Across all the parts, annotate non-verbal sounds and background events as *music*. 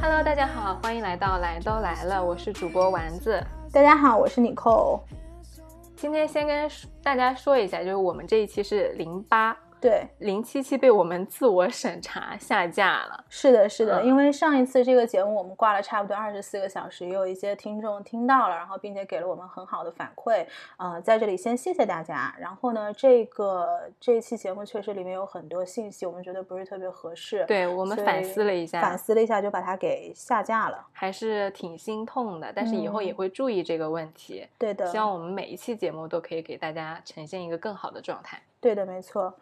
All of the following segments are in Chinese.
Hello，大家好，欢迎来到来都来了，我是主播丸子。大家好，我是 Nicole。今天先跟大家说一下，就是我们这一期是零八对，零七期被我们自我审查下架了，是的，是的，嗯因为上一次这个节目我们挂了差不多二十四个小时，也有一些听众听到了，然后并且给了我们很好的反馈，呃，在这里先谢谢大家。然后呢，这个这一期节目确实里面有很多信息，我们觉得不是特别合适，，对我们反思了一下，反思了一下就把它给下架了。还是挺心痛的，但是以后嗯也会注意这个问题。对的，希望我们每一期节目都可以给大家呈现一个更好的状态。对的，没错。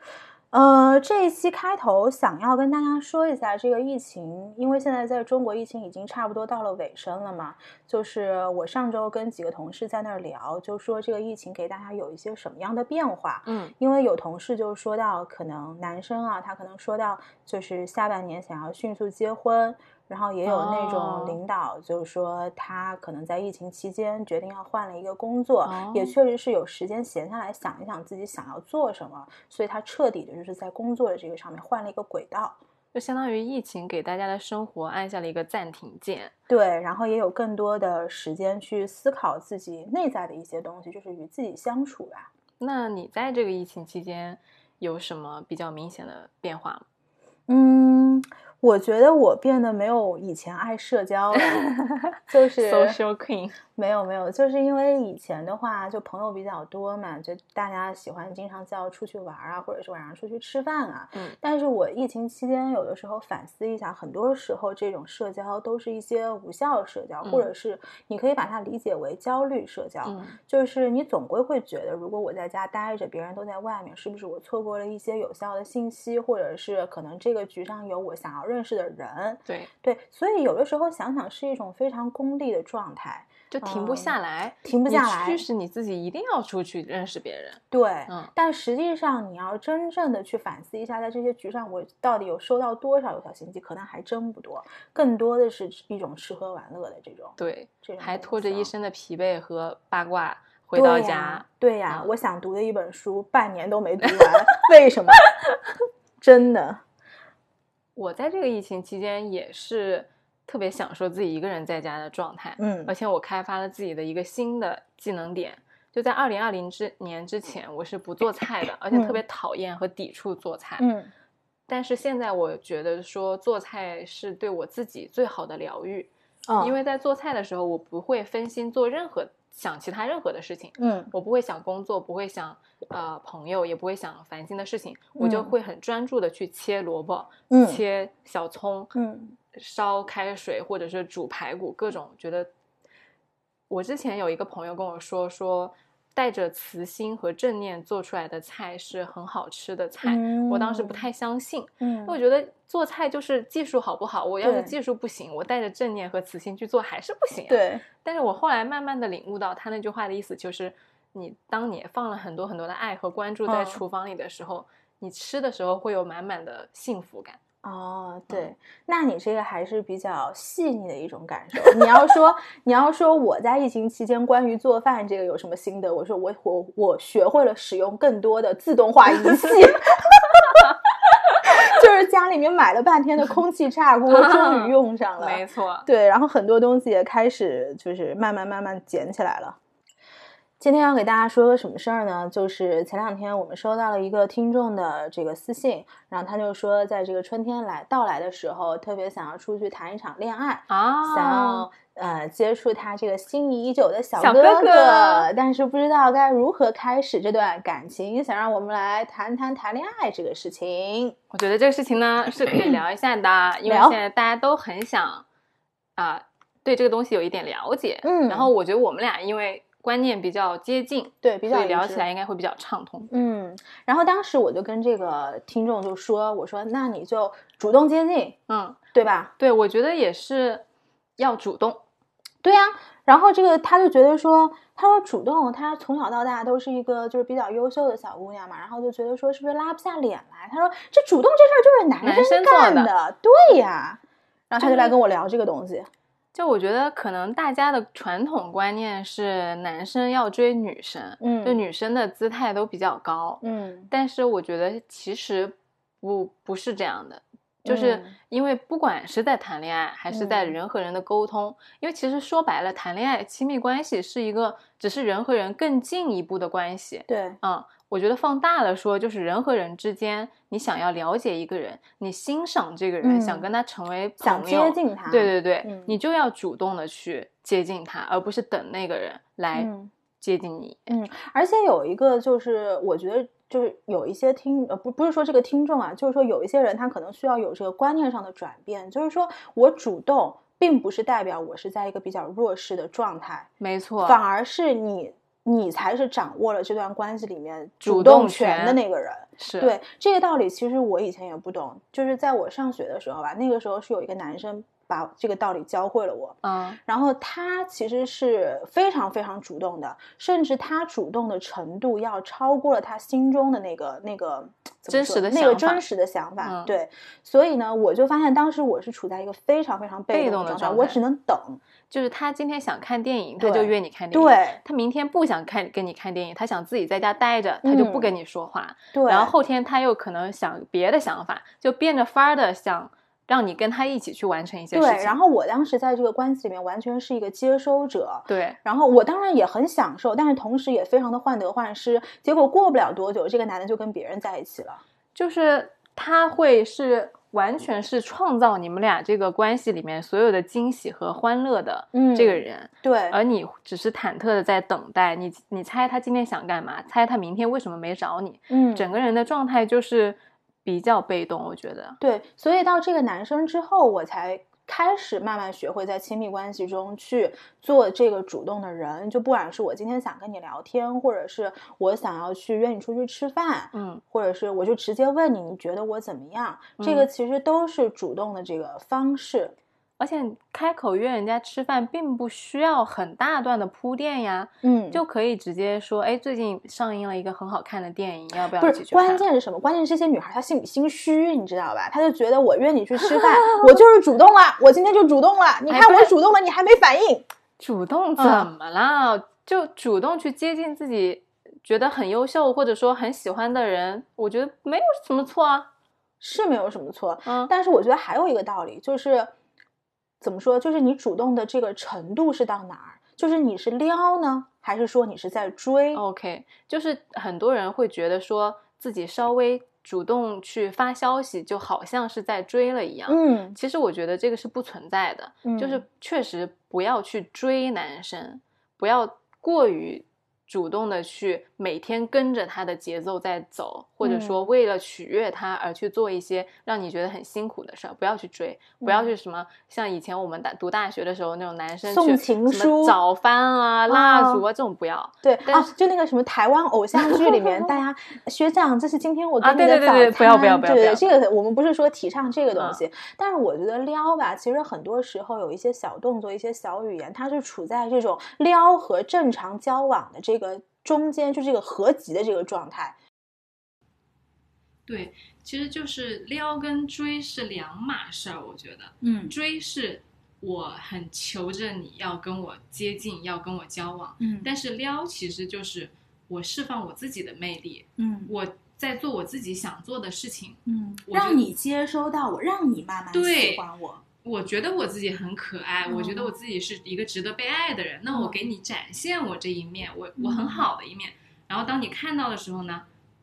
呃，这一期开头想要跟大家说一下这个疫情，因为现在在中国疫情已经差不多到了尾声了嘛。就是我上周跟几个同事在那儿聊，就说这个疫情给大家有一些什么样的变化。嗯，因为有同事就说到，可能男生啊，他可能说到就是下半年想要迅速结婚，然后也有那哦种领导就是说他可能在疫情期间决定要换了一个工作，哦也确实是有时间闲下来想一想自己想要做什么，所以他彻底的就是在工作的这个上面换了一个轨道。就相当于疫情给大家的生活按下了一个暂停键。对，然后也有更多的时间去思考自己内在的一些东西，就是与自己相处吧。那你在这个疫情期间有什么比较明显的变化吗？嗯，我觉得我变得没有以前爱社交了，就是 Social *laughs* Queen，没有没有，就是因为以前的话，就朋友比较多嘛，就大家喜欢经常叫出去玩儿啊，或者是晚上出去吃饭啊。嗯但是我疫情期间有的时候反思一下，很多时候这种社交都是一些无效社交，或嗯者是你可以把它理解为焦虑社交。嗯，就是你总归会觉得，如果我在家待着，别人都在外面，是不是我错过了一些有效的信息，或者是可能这个局上有我想要认识的人？对，对，所以有的时候想想是一种非常功利的状态，就停不下来，嗯停不下来。你驱使你自己一定要出去认识别人。对，嗯但实际上你要真正的去反思一下，在这些局上我到底有收到多少有效信息，可能还真不多，更多的是一种吃喝玩乐的这种，对，这种还东拖着一西啊身的疲惫和八卦回对到呀家。对呀、嗯我想读的一本书，半年都没读完， *laughs* 为什么？真的，我在这个疫情期间也是特别享受自己一个人在家的状态，嗯而且我开发了自己的一个新的技能点。就在二零二零之年之前，我是不做菜的，而且特别讨厌和抵触做菜。嗯，但是现在我觉得说做菜是对我自己最好的疗愈，嗯因为在做菜的时候，我不会分心做任何想其他任何的事情，嗯我不会想工作，不会想呃朋友，也不会想烦心的事情，我就嗯会很专注的去切萝卜、嗯切小葱、嗯烧开水或者是煮排骨，各种觉得。我之前有一个朋友跟我说，说带着慈心和正念做出来的菜是很好吃的菜，我当时不嗯太相信，因嗯为我觉得做菜就是技术好不好，我要是对技术不行，我带着正念和慈心去做还是不行、啊。对，但是我后来慢慢的领悟到，他那句话的意思就是，你当你放了很多很多的爱和关注在嗯厨房里的时候，你吃的时候会有满满的幸福感。哦，对，那你这个还是比较细腻的一种感受。你要说，你要说我在疫情期间关于做饭这个有什么心得？我说我我我学会了使用更多的自动化仪器， *laughs* 就是家里面买了半天的空气炸锅，终于用上了。没错，对，然后很多东西也开始就是慢慢慢慢捡起来了。今天要给大家说个什么事儿呢？就是前两天我们收到了一个听众的这个私信，然后他就说，在这个春天来到来的时候，特别想要出去谈一场恋爱，啊，想要呃接触他这个心仪已久的小小哥哥哥但是不知道该如何开始这段感情，想让我们来谈谈谈恋爱这个事情。我觉得这个事情呢是可以聊一下 *clears throat* 的，因为聊现在大家都很想啊、对这个东西有一点了解。嗯然后我觉得我们俩因为观念比较接近，对，比较所以聊一致起来应该会比较畅通。嗯，然后当时我就跟这个听众就说：“我说那你就主动接近，嗯，对吧？对，我觉得也是要主动。对呀、然后这个他就觉得说，他说主动，他从小到大都是一个就是比较优秀的小姑娘嘛，然后就觉得说是不是拉不下脸来？他说这主动这事儿就是男男生做干的对呀。然后他就嗯来跟我聊这个东西，就我觉得可能大家的传统观念是男生要追女生，嗯就女生的姿态都比较高。嗯但是我觉得其实不不是这样的，就是嗯因为不管是在谈恋爱，还是在人和人的沟通，因为其实说白了，谈恋爱、亲密关系是一个只是人和人更进一步的关系。对，嗯，我觉得放大了说，就是人和人之间，你想要了解一个人，你欣赏这个人，嗯想跟他成为朋想友，接近他，对对对，嗯你就要主动的去接近他，而不是等那个人来嗯接近你。而且有一个就是，我觉得就是有一些听呃不不是说这个听众啊，就是说有一些人他可能需要有这个观念上的转变，就是说我主动并不是代表我是在一个比较弱势的状态，没错，反而是你你才是掌握了这段关系里面主动动权的权那个人。是，对这个道理，其实我以前也不懂，就是在我上学的时候吧，那个时候是有一个男生把这个道理教会了我。嗯，然后他其实是非常非常主动的，甚至他主动的程度要超过了他心中的那个那个怎么真说实的那个想法真实的想法。嗯对，所以呢，我就发现当时我是处在一个非常非常被动动的状状我态只能等。就是他今天想看电影，他就对约你看电影。对他明天不想看跟你看电影，他想自己在家待着，他就不嗯跟你说话。对，然后后天他又可能想别的想法，就变着法儿的想让你跟他一起去完成一些对事情。，然后后我当时在这个关系里面完全是一个接收者。对，然后我当然也很享受，但是同时也非常的患得患失。结果过不了多久，这个男的就跟别人在一起了。就是他会是完全是创造你们俩这个关系里面所有的惊喜和欢乐的嗯这个人，呃对，而你只是忐忑的在等待。你你猜他今天想干嘛？猜他明天为什么没找你？嗯，整个人的状态就是比较被动，我觉得。对，所以到这个男生之后，我才开始慢慢学会在亲密关系中去做这个主动的人。就不管是我今天想跟你聊天，或者是我想要去约你出去吃饭，嗯，或者是我就直接问你，你觉得我怎么样？这嗯个其实都是主动的这个方式。而且开口约人家吃饭，并不需要很大段的铺垫呀，嗯，就可以直接说，哎，最近上映了一个很好看的电影，要不要不一起是去看？关键是什么？关键是这些女孩她心里心虚，你知道吧？她就觉得我约你去吃 *laughs* 饭，我就是主动了，我今天就主动了。你哎看我对主动了，你还没反应。主动怎嗯么了？就主动去接近自己觉得很优秀或者说很喜欢的人，我觉得没有什么错啊。是没有什么错，嗯，但是我觉得还有一个道理就是，怎么说？就是你主动的这个程度是到哪儿？就是你是撩呢，还是说你是在追？ OK，就是很多人会觉得说自己稍微主动去发消息，就好像是在追了一样。嗯，其实我觉得这个是不存在的，就是嗯确实不要去追男生，不要过于主动的去每天跟着他的节奏在走，或者嗯说为了取悦他而去做一些让你觉得很辛苦的事儿，不要去追，不要嗯去什么像以前我们大读大学的时候那种男生送去情什么书早番啊、蜡烛哦啊这种不要。对但啊是，就那个什么台湾偶像剧里面，*laughs* 大家学长，这是今天我啊跟你的对对早餐。对对不要不要不要对不对，要这个我们不是说提倡这个东嗯西，但是我觉得撩吧，其实很多时候有一些小动作、一些小语言，它是处在这种撩和正常交往的这个中间，就这个合集的这个状态。对，其实就是撩跟追是两码事儿，我觉得。嗯追是我很求着你要跟我接近，要跟我交往，嗯但是撩其实就是我释放我自己的魅力，嗯我在做我自己想做的事情。嗯，我觉得让你接收到我，让你慢慢对喜欢我。我觉得我自己很可爱，嗯我觉得我自己是一个值得被爱的人。那我嗯给你展现我这一面，我我很好的一面。然后当你看到的时候呢，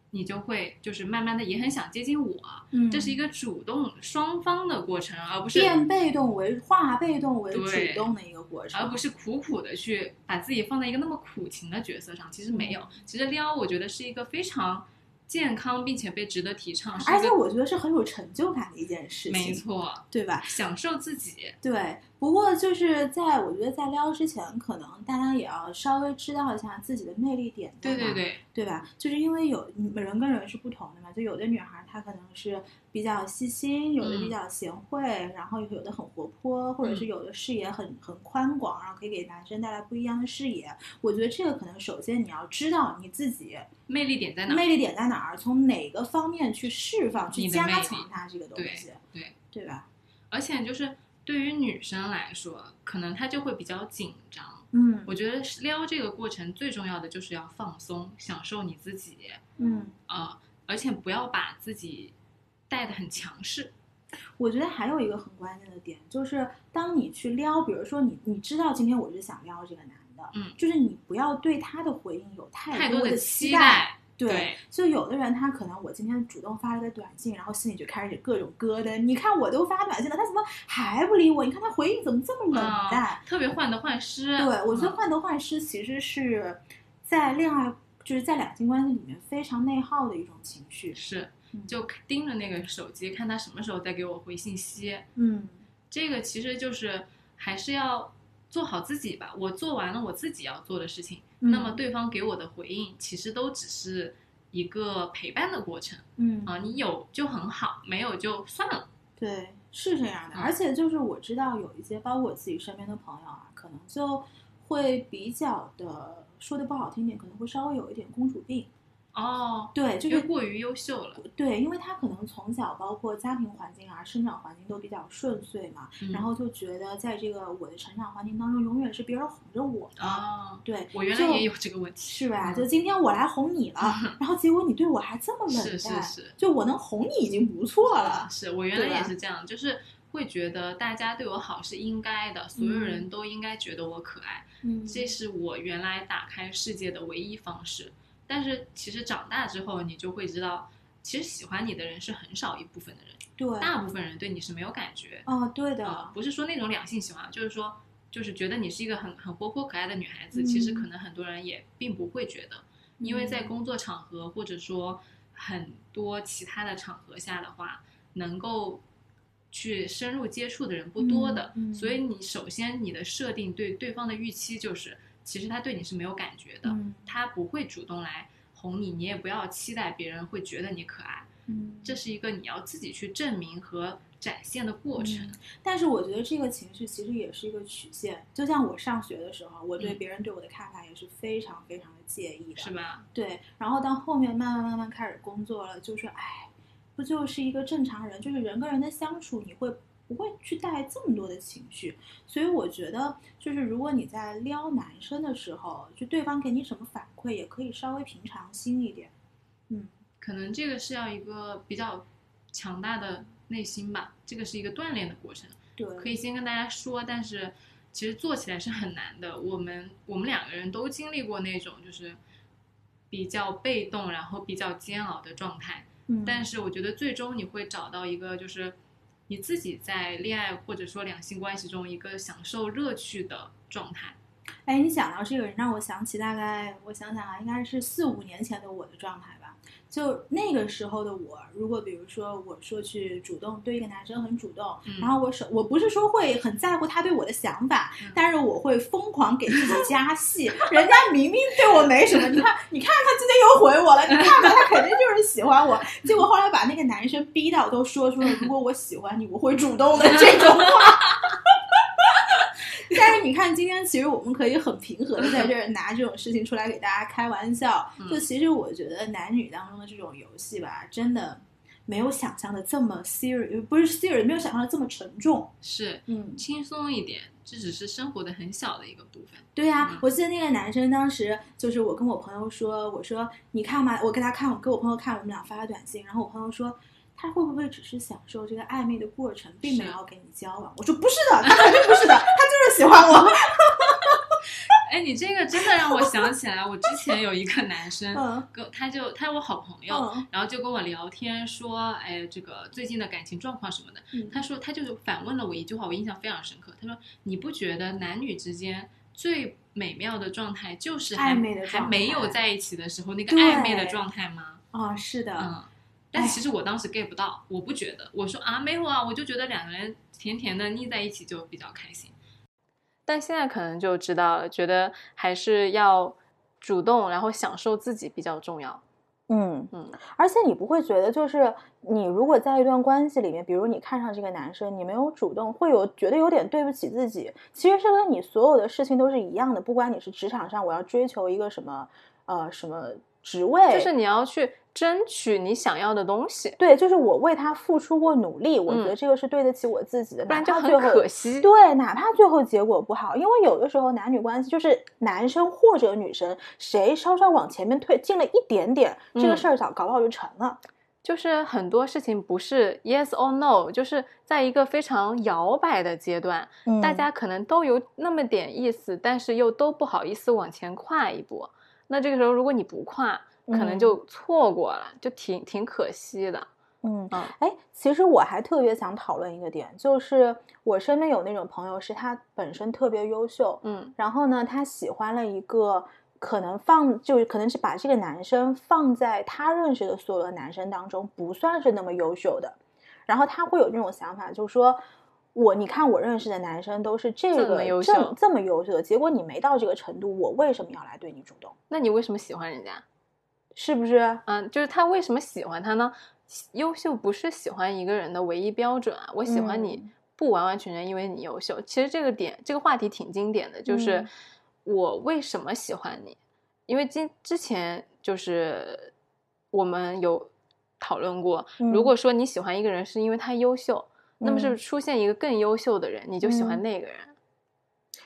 你就会就是慢慢的也很想接近我。嗯这是一个主动双方的过程，而不是变被动为化被动为对主动的一个过而程。不是苦苦的去把自己放在一个那么苦情的角色上。其实嗯没有，其实撩我觉得是一个非常健康并且被值得提倡，是而一且个我觉得是很有成就感的一件事情，没，错，对吧？享受自己。对。不过就是在我觉得在撩之前，可能大家也要稍微知道一下自己的魅力点在对哪，对对，对吧？就是因为有嗯人跟人是不同的嘛，就有的女孩她可能是比较细心，有的嗯比较贤惠，然后有的很活泼，或者嗯是有的视野很很宽广，然后可以给男生带来不一样的视野。我觉得这个可能首先你要知道你自己魅力点在哪？魅力点在哪儿，从哪个方面去释放、去你的加魅力强它这个东西，对，对吧？而且就是对于女生来说，可能她就会比较紧张。嗯我觉得撩这个过程最重要的就是要放松，享受你自己呃嗯啊、而且不要把自己带的很强势。我觉得还有一个很关键的点，就是当你去撩，比如说你你知道今天我是想撩这个男的，嗯，就是你不要对他的回应有太太多的的期期待，对，对就有的人他可能我今天主动发了个短信，然后心里就开始各种咯噔。你看我都发短信了，他怎么还不理我？你看他回应怎么这么冷淡？特别患得患失。对我觉得嗯患得患失其实是在恋爱，就是在两性关系里面非常内耗的一种情绪。是嗯就盯着那个手机，看他什么时候再给我回信息。嗯这个其实就是还是要做好自己吧。我做完了我自己要做的事情，嗯那么对方给我的回应其实都只是一个陪伴的过程嗯啊。你有就很好，没有就算了。对，是这样的。嗯而且就是我知道有一些，包括我自己身边的朋友啊，可能就会比较的，说的不好听点，可能会稍微有一点公主病。哦，对，就就是过于优秀了。对，因为他可能从小包括家庭环境啊、生长环境都比较顺遂嘛，嗯然后就觉得在这个我的成长环境当中，永远是别人哄着我的。哦，对，我原来就也有这个问题。是吧？嗯就今天我来哄你 *laughs* 了，然后结果你对我还这么冷是是淡，是。就我能哄你已经不错了。是我原来对吧也是这样，就是会觉得大家对我好是应该的，所有人都应该觉得我可爱，嗯这是我原来打开世界的唯一方式。但是其实长大之后，你就会知道，其实喜欢你的人是很少一部分的人，对，大部分人对你是没有感觉啊、对的，啊、不是说那种两性喜欢，啊就是说就是觉得你是一个很很活泼可爱的女孩子，嗯其实可能很多人也并不会觉得，因为在嗯工作场合或者说很多其他的场合下的话，能够去深入接触的人不多的，嗯嗯所以你首先你的设定对对方的预期就是，其实他对你是没有感觉的，嗯他不会主动来哄你，你也不要期待别人会觉得你可爱，嗯，这是一个你要自己去证明和展现的过程。但是我觉得这个情绪其实也是一个曲线，就像我上学的时候，我对嗯别人对我的看法也是非常非常的介意的，是吧？对，然后到后面慢慢慢慢开始工作了，就是哎，不就是一个正常人，就是人跟人的相处，你会不会去带这么多的情绪？所以我觉得，就是如果你在撩男生的时候，就对方给你什么反馈，也可以稍微平常心一点。嗯，可能这个是要一个比较强大的内心吧，这个是一个锻炼的过程，对，可以先跟大家说，但是其实做起来是很难的。我们我们两个人都经历过那种就是比较被动，然后比较煎熬的状态，嗯，但是我觉得最终你会找到一个就是你自己在恋爱或者说两性关系中一个享受乐趣的状态。哎，你讲到这个，让我想起大概，我想想啊，应该是四五年前的我的状态吧。就那个时候的我，如果比如说我说去主动对一个男生很主动，嗯然后我手我不是说会很在乎他对我的想法，嗯但是我会疯狂给自己加戏。人家明明对我没什么，你看，你看他今天又回我了，你看吧，他肯定就是喜欢我。结果后来把那个男生逼到都说出了“如果我喜欢你，我会主动的”这种话。 *laughs* 但是你看，今天其实我们可以很平和的在这儿拿这种事情出来给大家开玩笑。嗯就其实我觉得男女当中的这种游戏吧，真的没有想象的这么 serious，不呃是 serious，没有想象的这么沉重。是嗯，轻松一点，这只是生活的很小的一个部分。对呀、嗯我记得那个男生当时就是我跟我朋友说，我说你看嘛，我给他看，我给我朋友看，我们俩发了短信，然后我朋友说。他会不会只是享受这个暧昧的过程，并没有是要跟你交往？我说不是的，他肯定不是的，他就是喜欢 *laughs* 我。哎，你这个真的让我想起来，我之前有一个男生，嗯跟他就他是我好朋友，嗯然后就跟我聊天说，哎，这个最近的感情状况什么的。嗯他说他就是反问了我一句话，我印象非常深刻。他说你不觉得男女之间最美妙的状态就是还暧昧的状态还没有在一起的时候那个对暧昧的状态吗？啊、是的，嗯。但其实我当时 get 不到，我不觉得，我说啊没有啊，我就觉得两个人甜甜的腻在一起就比较开心。但现在可能就知道了，觉得还是要主动，然后享受自己比较重要。嗯嗯，而且你不会觉得，就是你如果在一段关系里面，比如你看上这个男生，你没有主动，会有觉得有点对不起自己。其实是跟你所有的事情都是一样的，不管你是职场上我要追求一个什么，呃，什么职位，就是你要去争取你想要的东西，对，就是我为他付出过努力，我觉嗯得这个是对得起我自己的，不然哪就怕很最后可惜。对，哪怕最后结果不好，因为有的时候男女关系就是男生或者女生谁稍稍往前面退进了一点点，这嗯个事儿早搞不好就成了。就是很多事情不是 yes or no，就是在一个非常摇摆的阶段，嗯大家可能都有那么点意思，但是又都不好意思往前跨一步。那这个时候，如果你不跨，可能嗯就错过了，就挺挺可惜的。嗯嗯，哎，其实我还特别想讨论一个点，就是我身边有那种朋友，是他本身特别优秀，嗯然后呢，他喜欢了一个可能放，就是可能是把这个男生放在他认识的所有的男生当中，不算是那么优秀的。然后他会有这种想法，就是说我你看我认识的男生都是这这个么优这秀么这么优秀的，结果你没到这个程度，我为什么要来对你主动？那你为什么喜欢人家？是不是？嗯，就是他为什么喜欢他呢？喜优秀不是喜欢一个人的唯一标准啊！我喜欢你嗯不完完全全因为你优秀。其实这个点，这个话题挺经典的，就是嗯我为什么喜欢你？因为今之前就是我们有讨论过，如嗯果说你喜欢一个人是因为他优秀，那么是不嗯是出现一个更优秀的人，你就喜欢嗯那个人？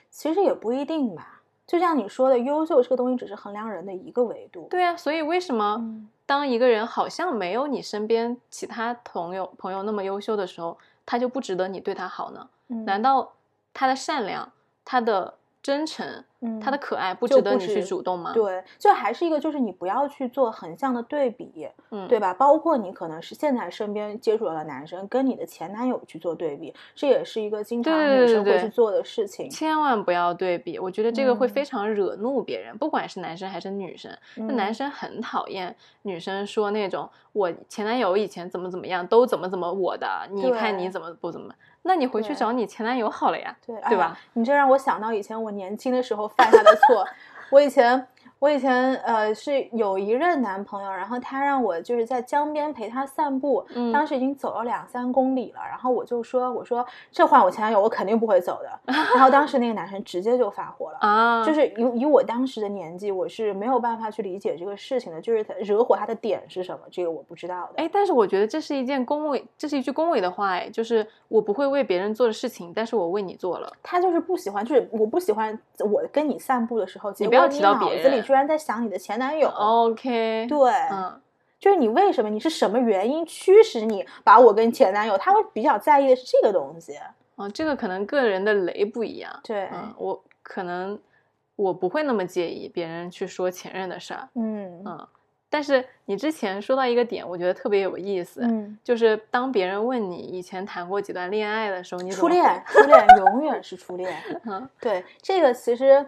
其实也不一定吧。就像你说的，优秀这个东西只是衡量人的一个维度。对啊，所以为什么？嗯，当一个人好像没有你身边其他朋友朋友那么优秀的时候，他就不值得你对他好呢？嗯，难道他的善良、他的真诚、嗯他的可爱不就值得不你去值主动吗？，对，就还是一个，就是你不要去做横向的对比，嗯，对吧？包括你可能是现在身边接触到的男生，跟你的前男友去做对比，这也是一个经常对对女对生会对去做的事情。千万不要对比，我觉得这个会非嗯常惹怒别人，不管是男生还是女生。那嗯男生很讨厌女生说那种我前男友以前怎么怎么样，都怎么怎么我的，你看你对怎么不怎么。那你回去对找你前男友好了呀。对，对哎吧呀？你这让我想到以前我年轻的时候犯下的错。我以前，我以前呃是有一任男朋友，然后他让我就是在江边陪他散步，嗯当时已经走了两三公里了，然后我就说，我说这换我前男友，我肯定不会走 *laughs* 的。然后当时那个男生直接就发火了。啊，就是以以我当时的年纪，我是没有办法去理解这个事情的，就是他惹火他的点是什么，这个我不知道的。哎，但是我觉得这是一件恭维，这是一句恭维的话，哎，就是我不会为别人做的事情，但是我为你做了。他就是不喜欢，就是我不喜欢我跟你散步的时候，结不要果提你到脑别子里人居然在想你的前男友。， OK，，对，嗯，就是你为什么？你是什么原因驱使你把我跟前男友？他会比较在意的是这个东西。哦，这个可能个人的雷不一样，对，嗯，我可能我不会那么介意别人去说前任的事儿，嗯嗯，但是你之前说到一个点，我觉得特别有意思，嗯，就是当别人问你以前谈过几段恋爱的时候，你怎初么回 *laughs* 恋，，初恋永远是初恋。嗯对，这个其实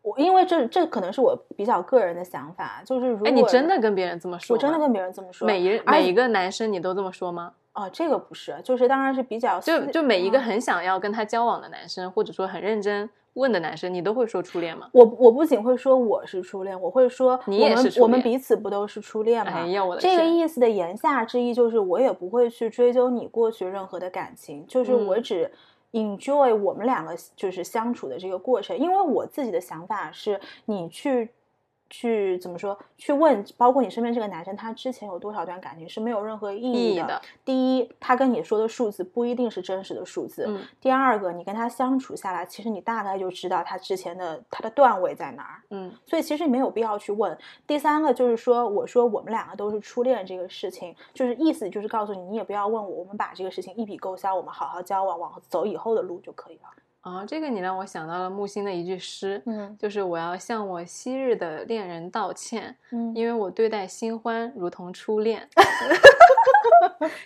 我因为这这可能是我比较个人的想法，就是如果哎，你真的跟别人这么说我吗？真的跟别人这么说，每一人而每一个男生你都这么说吗？哦，这个不是，就是当然是比较就私就每一个嗯很想要跟他交往的男生，或者说很认真问的男生，你都会说初恋吗？我我不仅会说我是初恋，我会说你我也们是初我们恋彼此不都是初恋吗？哎呀，我的这个天，意思的言下之意就是，我也不会去追究你过去任何的感情，就是我嗯只 enjoy 我们两个就是相处的这个过程。因为我自己的想法是，你去去怎么说，去问，包括你身边这个男生，他之前有多少段感情是没有任何意意义义的。的第一，他跟你说的数字不一定是真实的数字；嗯第二个，你跟他相处下来，其实你大概就知道他之前的他的段位在哪儿。嗯所以其实没有必要去问。第三个就是说，我说我们两个都是初恋这个事情，就是意思就是告诉你，你也不要问我，我们把这个事情一笔勾销，我们好好交往，往走以后的路就可以了。哦，这个你让我想到了木心的一句诗，嗯就是我要向我昔日的恋人道歉，嗯因为我对待新欢如同初恋， *laughs*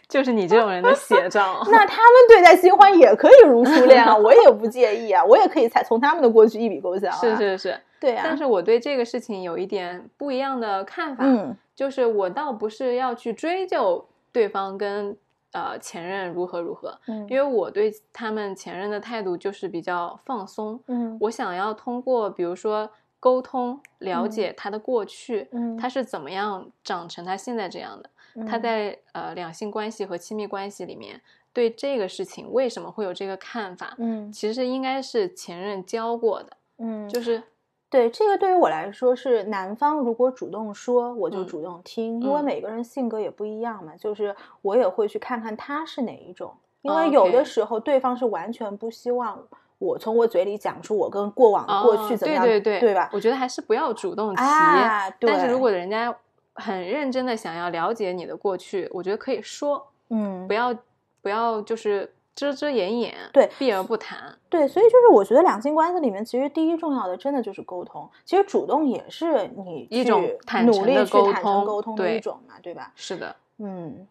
就是你这种人的写 *laughs* 照。那他们对待新欢也可以如初恋 *laughs* 啊，我也不介意啊，我也可以才从他们的过去一笔勾销、啊。是，是是，对啊。但是我对这个事情有一点不一样的看法，嗯就是我倒不是要去追究对方跟呃前任如何如何，嗯因为我对他们前任的态度就是比较放松，嗯我想要通过比如说沟通了解他的过去，嗯他是怎么样长成他现在这样的，他在呃两性关系和亲密关系里面对这个事情为什么会有这个看法，嗯其实应该是前任教过的，嗯就是对这个对于我来说是男方如果主动说，我就嗯主动听，因为嗯每个人性格也不一样嘛，就是我也会去看看他是哪一种，因为 OK 有的时候对方是完全不希望我从我嘴里讲出我跟啊过往、哦过去怎么样，对对对吧？我觉得还是不要主动提，啊，对，但是如果人家很认真的想要了解你的过去，我觉得可以说，嗯不，要不要就是遮遮掩掩，对避而不谈。对，所以就是我觉得两性关系里面，其实第一重要的真的就是沟通。其实主动也是你一去种坦努诚力的去沟坦诚通沟通的对一种嘛，对吧？是的。嗯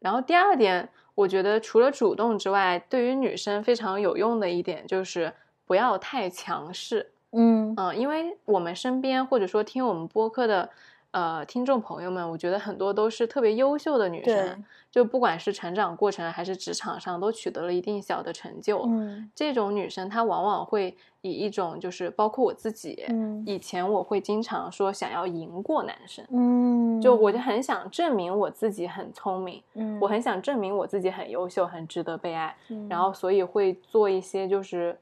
然后第二点，我觉得除了主动之外，对于女生非常有用的一点就是不要太强势。嗯嗯，因为我们身边或者说听我们播客的呃听众朋友们，我觉得很多都是特别优秀的女对生，就不管是成长过程还是职场上，都取得了一定小的成就。嗯这种女生她往往会以一种就是包括我自己，嗯以前我会经常说想要赢过男生，嗯，就我就很想证明我自己很聪明，嗯我很想证明我自己很优秀，很值得被爱，嗯然后所以会做一些就是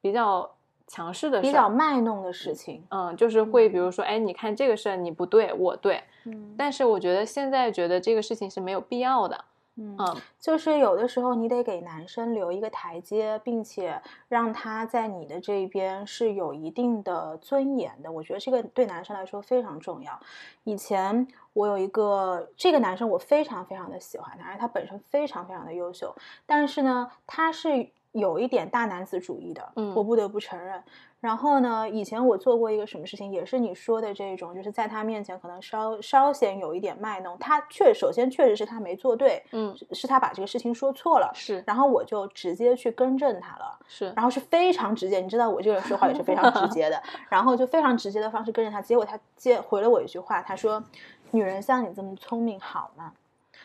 比较强势的事儿，比较卖弄的事情，嗯，就是会比如说，哎，你看这个事儿你不对，我对。嗯但是我觉得现在觉得这个事情是没有必要的，嗯嗯，就是有的时候你得给男生留一个台阶，并且让他在你的这边是有一定的尊严的。我觉得这个对男生来说非常重要。以前我有一个这个男生，我非常非常的喜欢他，而且他本身非常非常的优秀，但是呢，他是有一点大男子主义的，嗯我不得不承认。然后呢，以前我做过一个什么事情，也是你说的这种，就是在他面前可能稍稍显有一点卖弄。他确首先确实是他没做对，嗯，是是他把这个事情说错了，是然后我就直接去更正他了，是，然后是非常直接，你知道我这个人说话也是非常直接的，然后就非常直接的方式跟着他，结果他接回了我一句话，他说：“女人像你这么聪明好吗？”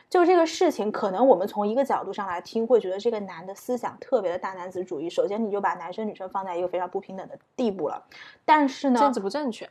就这个事情，可能我们从一个角度上来听，会觉得这个男的思想特别的大男子主义。首先，你就把男生女生放在一个非常不平等的地步了。但是呢，政治不正确，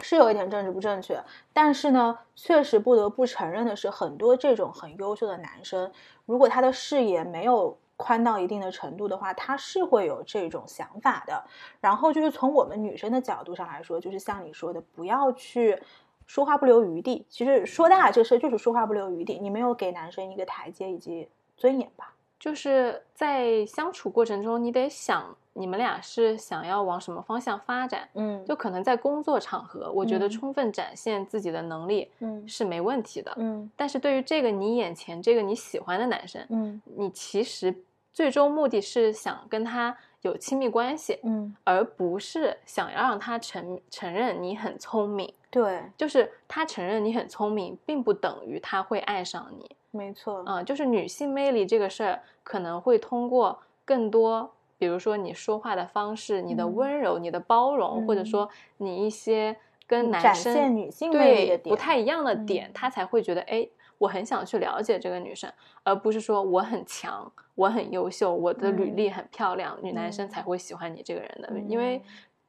是有一点政治不正确，但是呢，确实不得不承认的是，很多这种很优秀的男生，如果他的视野没有宽到一定的程度的话，他是会有这种想法的。然后就是从我们女生的角度上来说，就是像你说的，不要去说话不留余地。其实说大了这个事儿就是说话不留余地，你没有给男生一个台阶以及尊严吧？就是在相处过程中，你得想你们俩是想要往什么方向发展。嗯就可能在工作场合，我觉得嗯充分展现自己的能力嗯是没问题的。嗯但是对于这个你眼前这个你喜欢的男生，嗯你其实最终目的是想跟他有亲密关系，嗯，而不是想要让他承承认你很聪明。对，就是他承认你很聪明，并不等于他会爱上你。没错，嗯、就是女性魅力这个事儿，可能会通过更多，比如说你说话的方式、你的嗯温柔、你的包容，或者嗯说你一些跟男展生现女性魅力对的不点太一样的点，嗯他才会觉得哎，我很想去了解这个女生，而不是说我很强，我很优秀，我的履嗯历很漂亮，女男嗯生才会喜欢你这个人的，因为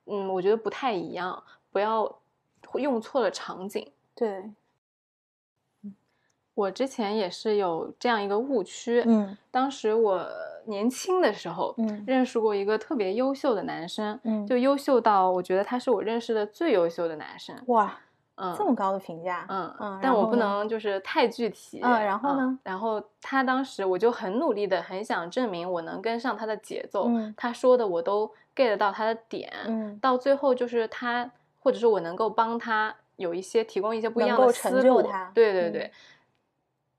嗯。嗯，我觉得不太一样，不要用错了场景。对，我之前也是有这样一个误区，嗯当时我年轻的时候、嗯认识过一个特别优秀的男生，嗯，就优秀到我觉得他是我认识的最优秀的男生。哇，嗯，啊这么高的评价，嗯嗯然但我后不呢能就是太具体。嗯然后呢然后他当时我就很努力的，很想证明我能跟上他的节奏，嗯他说的我都 get 到他的点，嗯到最后就是他，或者是我能够帮他有一些提供一些不一能样够的成思就路，他对对嗯对。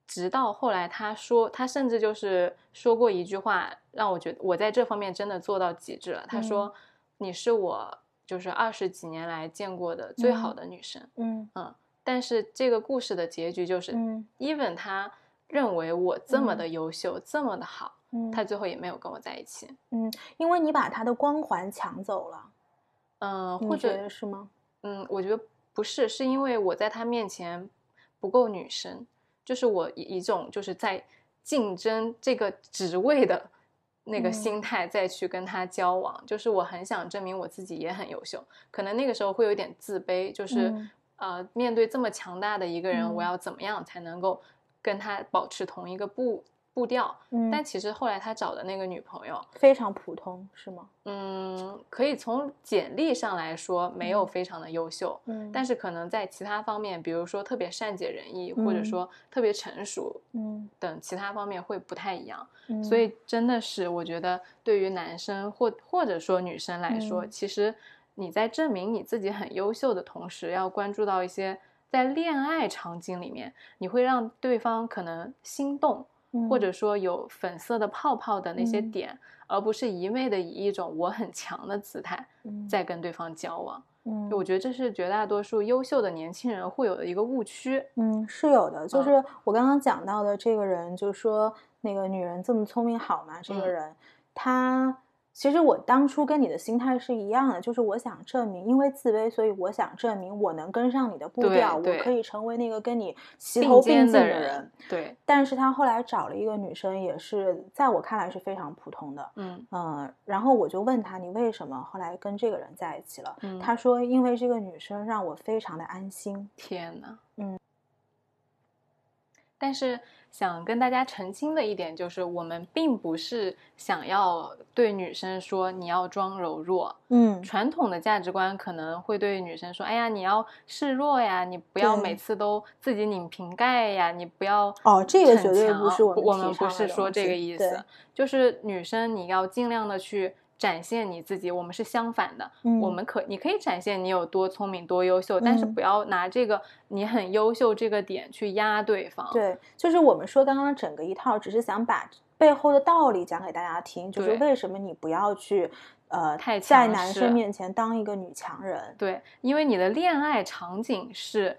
直到后来，他说，他甚至就是说过一句话，让我觉得我在这方面真的做到极致了。他嗯说：“你是我就是二十几年来见过的最好嗯的女生。嗯但是这个故事的结局就是、嗯 e v e n 他认为我这么嗯的优秀，这么的好，嗯，他最后也没有跟我在一起。因为你把他的光环抢走了，嗯、你或觉者得是吗？嗯，我觉得不是，是因为我在他面前不够女生，就是我以一种就是在竞争这个职位的。那个嗯心态再去跟他交往，就是我很想证明我自己也很优秀，可能那个时候会有点自卑，就是、嗯呃，面对这么强大的一个人，我嗯要怎么样才能够跟他保持同一个步步调？嗯，但其实后来他找的那个女朋友，非常普通，是吗？嗯，可以从简历上来说没有嗯非常的优秀，嗯，但是是可能在其他方面，比如说特别善解人意，或者嗯说特别成熟嗯，等其他方面会不太一样。嗯所以真的是，我觉得对于男生或或者说女生来说，嗯其实你在证明你自己很优秀的同时，要关注到一些在恋爱场景里面，你会让对方可能心动，或者说有粉色的泡泡的那些嗯点，而不是一味的以一种我很强的姿态嗯在跟对方交往。嗯我觉得这是绝大多数优秀的年轻人会有的一个误区。嗯，是有的，就嗯是我刚刚讲到的这个人，就说那个女人这么聪明好吗？这个嗯人，他其实我当初跟你的心态是一样的，就是我想证明，因为自卑，所以我想证明我能跟上你的步对调，我对可以成为那个跟你齐并头并肩进的的人人。对，但是他后来找了一个女生，也是在我看来是非常普通的，嗯嗯，然后我就问他你为什么后来跟这个人在一起了？嗯，他说因为这个女生让我非常的安心。 *laughs* 天呐，嗯。但是想跟大家澄清的一点就是，我们并不是想要对女生说你要装柔弱。嗯传统的价值观可能会对女生说：“哎呀，你要示弱呀，你不要对每次都自己拧瓶盖呀，你不要哦这个绝逞对强不是我我们们提倡不的是说东这个西意对思，就是女生你要尽量的去展现你自己，我们是相反的，嗯，我们可你可以展现你有多聪明、多优秀，但是嗯不要拿这个你很优秀这个点去压对方。对，就是我们说刚刚整个一套，只是想把背后的道理讲给大家听，就是对为什么你不要去呃太在强男势生面前当一个女强人。对，因为你的恋爱场景是，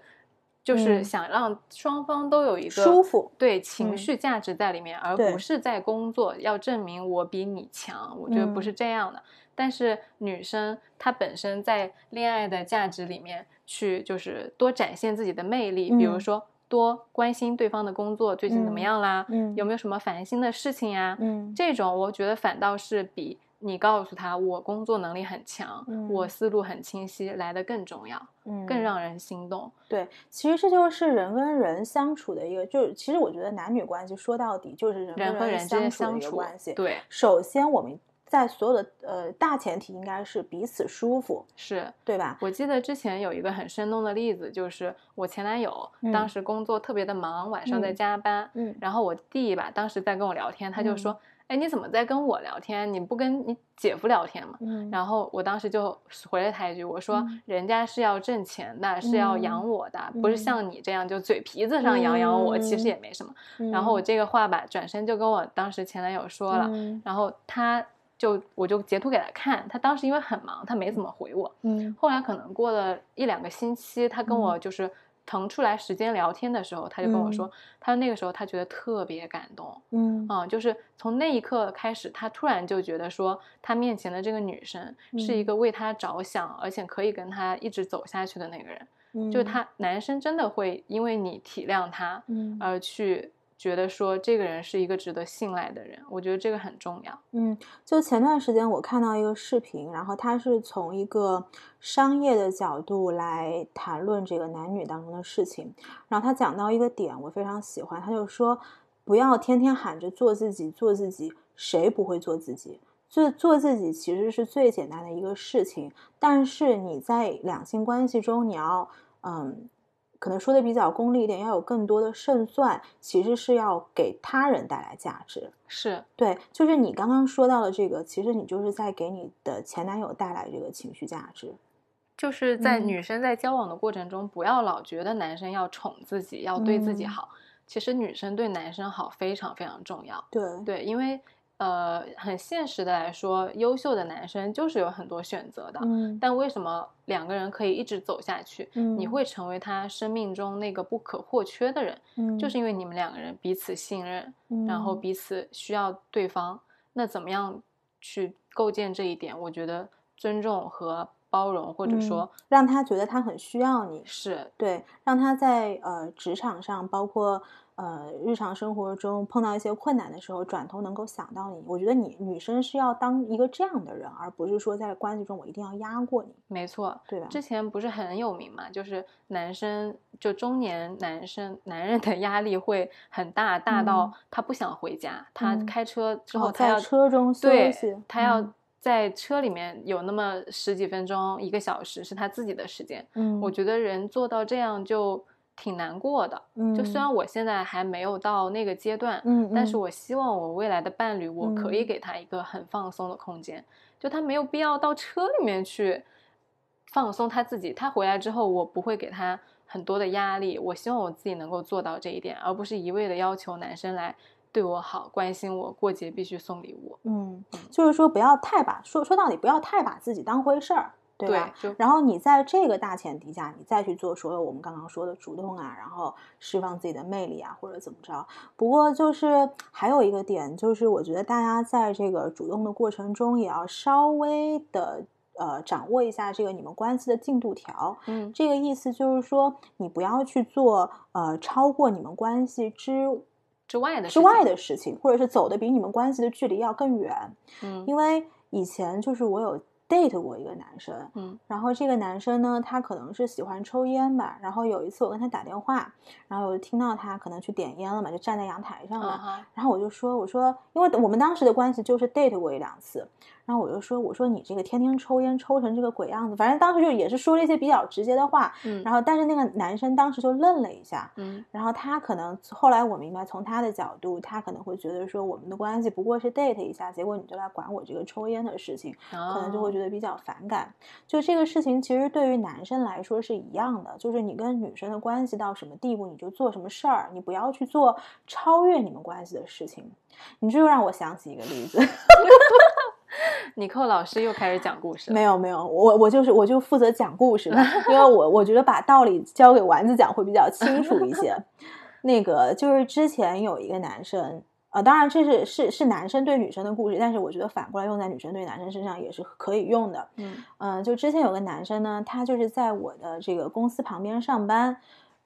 就是嗯想让双方都有一个舒服对嗯情绪价值在里面，而对不是在工作要证明我比你强。我觉得不嗯是这样的。但是女生她本身在恋爱的价值里面去，就是多展现自己的魅力，比如嗯说多关心对方的工作最近怎么嗯样啦，嗯有没有什么烦心的事情呀、嗯这种我觉得反倒是比你告诉他我工作能力很强，嗯我思路很清晰来的更重要，嗯更让人心动。对，其实这就是人跟人相处的一个，就是其实我觉得男女关系说到底就是人人和跟人之间相处相的一个处关系。对，首先我们在所有的呃大前提应该是彼此舒服，是对吧？我记得之前有一个很生动的例子，就是我前男友、嗯当时工作特别的忙，晚上在嗯加班，嗯然后我弟吧当时在跟我聊天，他就说：“哎，你怎么在跟我聊天？你不跟你姐夫聊天吗？”嗯然后我当时就回了他一句，我说嗯人家是要挣钱的，是要养嗯我的，不是嗯像你这样就嘴皮子上养养我，其实也没什么。嗯然后我这个话吧，转身就跟我当时前男友说了，嗯然后他就我就截图给他看，他当时因为很忙，他没怎么回我。嗯后来可能过了一两个星期，他跟我就是腾出来时间聊天的时候，他就跟我说，他那个时候他觉得特别感动，嗯嗯，就是从那一刻开始，他突然就觉得说，他面前的这个女生是一嗯个为他着想，而且可以跟他一直走下去的那个人。嗯，就是他男生真的会因为你体谅他，嗯而去觉得说这个人是一个值得信赖的人。我觉得这个很重要。嗯，就前段时间我看到一个视频，然后他是从一个商业的角度来谈论这个男女当中的事情，然后他讲到一个点，我非常喜欢，他就说不要天天喊着做自己，做自己，谁不会做自己？做做自己其实是最简单的一个事情，但是你在两性关系中，你要嗯。可能说的比较功利一点，要有更多的胜算，其实是要给他人带来价值。是，对，就是你刚刚说到的这个，其实你就是在给你的前男友带来这个情绪价值。就是在嗯女生在交往的过程中，不要老觉得男生要宠自己，要对自己嗯好。其实女生对男生好非常非常重要。对，对，因为呃，很现实的来说，优秀的男生就是有很多选择的。嗯，但为什么两个人可以一直走下去？你嗯会成为他生命中那个不可或缺的人，就是因为你们两个人彼此信任，嗯，然后嗯彼此需要对方。那怎么样去构建这一点？我觉得尊重和包容，或者嗯说让他觉得他很需要你，是对，让他在呃职场上，包括呃日常生活中碰到一些困难的时候，转头能够想到你。我觉得你女生是要当一个这样的人，而不是说在关系中我一定要压过你，没错。对吧？之前不是很有名嘛，就是男生就中年男生男人的压力会很大，大到嗯他不想回家，他嗯开车之然后后他要在车中休对息，他要嗯在车里面有那么十几分钟一个小时是他自己的时间。嗯，我觉得人做到这样就挺难过的。得就虽然我现在还没有到那个阶段，嗯，但是嗯我希望我未来的伴侣，我可以嗯给他一个很放松的空间，就他没有必要到车里面去放松他自己。他回来之后，我不会给他很多的压力。我希望我自己能够做到这一点，而不是一味的要求男生来对我好、关心我，过节必须送礼物。嗯，就是说不要太把说说到底，不要太把自己当回事儿，对吧？就然后你在这个大前提下，你再去做所有我们刚刚说的主动啊，然后释放自己的魅力啊，或者怎么着。不过就是还有一个点，就是我觉得大家在这个主动的过程中，也要稍微的呃掌握一下这个你们关系的进度条。嗯这个意思就是说，你不要去做呃超过你们关系之之外的之外的，的事情，或者是走的比你们关系的距离要更远。嗯因为以前就是我有 date 过一个男生，嗯然后这个男生呢，他可能是喜欢抽烟吧。然后有一次我跟他打电话，然后我就听到他可能去点烟了嘛，就站在阳台上啊嘛。哈，然后我就说，我说，因为我们当时的关系就是 date 过一两次。然后我就说，我说你这个天天抽烟抽成这个鬼样子，反正当时就也是说了一些比较直接的话。嗯然后但是那个男生当时就愣了一下，嗯然后他可能后来我明白，从他的角度，他可能会觉得说我们的关系不过是 date 一下，结果你就来管我这个抽烟的事情。可能就会觉得得比较反感。就这个事情，其实对于男生来说是一样的，就是你跟女生的关系到什么地步，你就做什么事儿，你不要去做超越你们关系的事情。你这又让我想起一个例子，尼寇老师又开始讲故事了没。有没有，我我就是我就负责讲故事吧，因为我我觉得把道理交给丸子讲会比较清楚一些。那个就是之前有一个男生。啊，当然这是是是男生对女生的故事，但是我觉得反过来用在女生对男生身上也是可以用的。嗯嗯，就之前有个男生呢，他就是在我的这个公司旁边上班，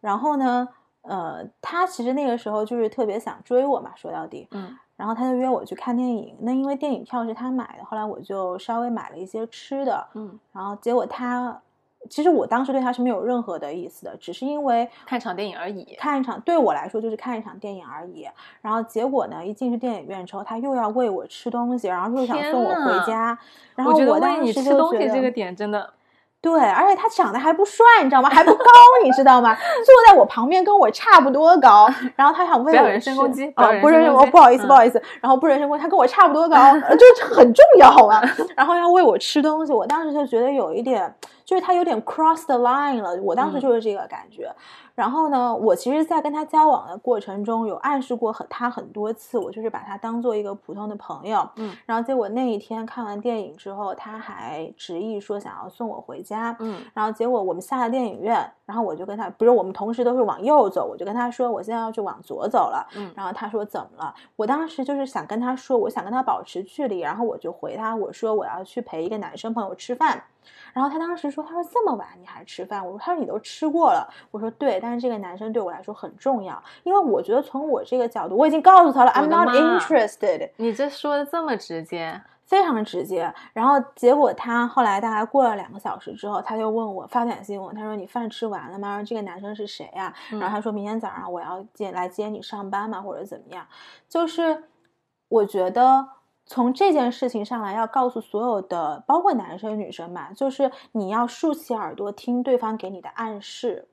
然后呢，呃，他其实那个时候就是特别想追我嘛，说到底，嗯然后他就约我去看电影。那因为电影票是他买的，后来我就稍微买了一些吃的，嗯，然后结果他，其实我当时对他是没有任何的意思的，只是因为看场电影而已。看一场对我来说就是看一场电影而已。然后结果呢，一进去电影院之后，他又要喂我吃东西，然后又想天送我呐回家，然后觉得当喂时你就吃东西觉这得个点真的，对，而且他长得还不帅，你知道吗？还不高，你知道吗？坐在我旁边跟我差不多高，然后他想喂不要我人身吃攻击不啊要人，不身是，攻我击不好意思，嗯不好意思，然后不是人身攻击，他跟我差不 *laughs* 多高，呃这很重要好吧？然后要喂我吃东西，我当时就觉得有一点，就是他有点 cross the line 了，我当时嗯就是这个感觉。然后呢，我其实，在跟他交往的过程中，有暗示过很他很多次，我就是把他当做一个普通的朋友，然后结果那一天看完电影之后，他还执意说想要送我回家。嗯然后结果我们下了电影院，然后我就跟他，不是我们同时都是往右走，我就跟他说我现在要去往左走了。嗯然后他说怎么了？我当时就是想跟他说，我想跟他保持距离，然后我就回他我说我要去陪一个男生朋友吃饭。然后他当时说，他说这么晚你还吃饭？我说他说你都吃过了。我说对，但是这个男生对我来说很重要，因为我觉得从我这个角度，我已经告诉他了我，I'm 的 not 妈 interested。你这说的这么直接，非常直接。然后结果他后来大概过了两个小时之后，他就问我发短信问我，他说你饭吃完了吗？然后这个男生是谁啊呀、嗯然后他说明天早上我要接来接你上班嘛，或者怎么样？就是我觉得。从这件事情上来，要告诉所有的，包括男生女生吧，就是你要竖起耳朵听对方给你的暗示，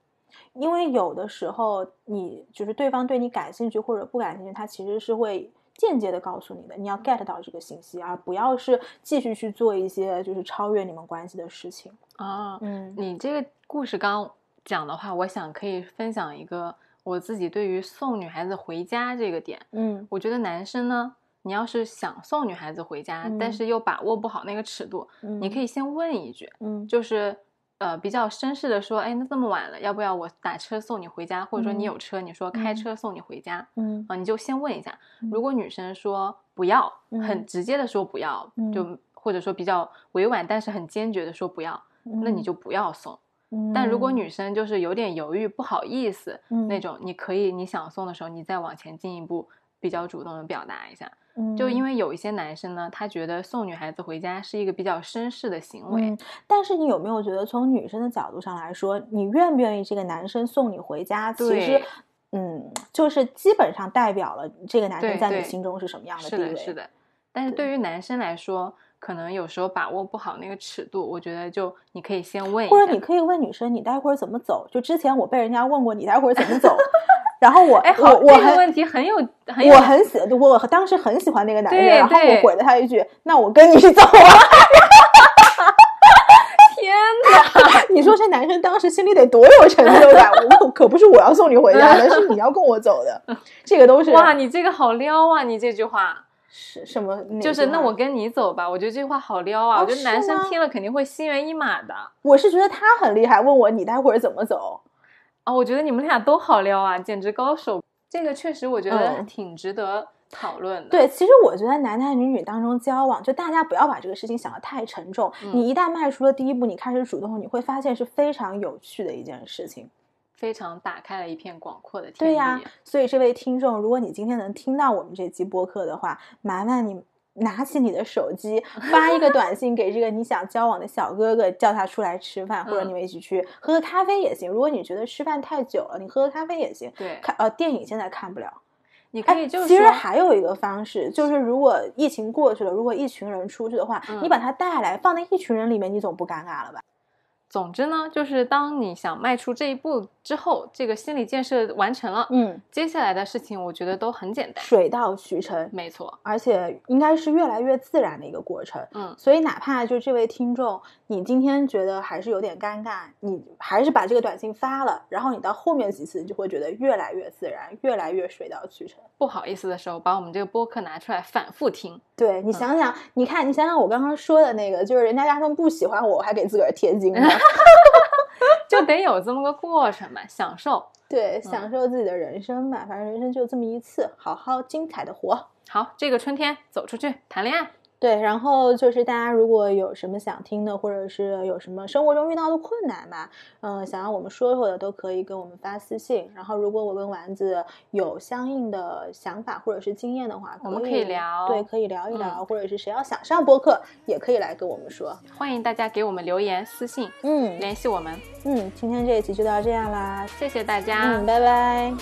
因为有的时候你就是对方对你感兴趣或者不感兴趣，他其实是会间接的告诉你的，你要 get 到这个信息，而不要是继续去做一些就是超越你们关系的事情。啊、嗯你这个故事刚讲的话，我想可以分享一个我自己对于送女孩子回家这个点。嗯我觉得男生呢，你要是想送女孩子回家，但嗯是又把握不好那个尺度，嗯，你可以以先问一句，嗯就是呃比较绅士的说，哎，那这么晚了，要不要我打车送你回家？或者说你有车，你说开嗯车送你回家。嗯啊，你就先问一下，如嗯果女生说不要，很嗯直接的说不要，就嗯或者说比较委婉，但是很坚决的说不要，那你就不要送。嗯，但如果女生就是有点犹豫、不好意思那嗯种，你可以你想送的时候，你再往前进一步，比较主动的表达一下。就因为。为有一些男生呢，他觉得送女孩子回家是一个比较绅士的行为，嗯，但是你有没有觉得，从女生的角度上来说，你愿不愿意这个男生送你回家，其实对，嗯，就是基本上代表了这个男对生在你对心中是什么样是地位。的，是的。但是对于男生来说，可能有时候把握不好那个尺度，我觉得就你可以先问一下，或者你可以问女生，你待会儿怎么走？就之前我被人家问过，你待会儿怎 *laughs* 么走？然后我，哎，我好，我这个很。问题很有很有我很喜，我当时很喜欢那个男生，对然后对 *laughs* 我回了他一句：“那我跟你走啊。天哪！你说这男生当时心里得多有成就感？我可不是我要送你回家 *laughs* 的，是你要跟我走的，这个都是哇，你这个好撩啊！你这句话是什么？啊哪就是句那话我跟你走吧。我觉得这句话好撩啊！哦我觉得男是生吗听了肯定会心猿意马的啊、我是觉得他很厉害，问我你待会儿怎么走？哦我觉得你们俩都好撩啊，简直高手！这个确实我觉得嗯挺值得讨论的。对，其实我觉得男男女女当中交往，就大家不要把这个事情想得太沉重。嗯你一旦迈出了第一步，你开始主动，你会发现是非常有趣的一件事情。非常打开了一片广阔的天地。对呀、所以这位听众，如果你今天能听到我们这期播客的话，麻烦你拿起你的 *laughs* 手机，发一个短信给这个你想交往的小哥哥，叫他出来吃饭，或者嗯你们一起去喝个咖啡也行。如果你觉得吃饭太久了，你喝个咖啡也行。对，看呃，电影现在看不了，你可哎，以就是其实说还有一个方式，就是如果疫情过去了，如果一群人出去的话，嗯你把他带来放在一群人里面，你总不尴尬了吧？总之呢，就是当你想迈出这一步之后，这个心理建设完成了，嗯，接下来的事情我觉得都很简单。水到渠成，没错，而且应该是越来越自然的一个过程。嗯，所以，哪怕就这位听众，你今天觉得还是有点尴尬，你还是把这个短信发了，然后你到后面几次，你就会觉得越来越自然，越来越水到渠成。不好意思的时候，把我们这个播客拿出来反复听。对你想想，你看，你想想我刚刚说的那个，就是人家压根不喜欢我，我还给自个儿贴 *laughs* 金呢。就得有这么个过程吧，享受。对，嗯享受自己的人生吧，反正人生就这么一次，好好精彩的活。好，这个春天走出去谈恋爱，对，然后就是大家如果有什么想听的，或者是有什么生活中遇到的困难吧，嗯、想让我们说说的，都可以跟我们发私信。然后，如果我跟丸子有相应的想法或者是经验的话，我们可可以聊嗯对，可以聊一聊，或者是谁要想上播客，也可以来跟我们说。欢迎大家给我们留言、私信嗯联系我们，嗯，今天这一期就到这样啦，谢谢大家。嗯，拜拜。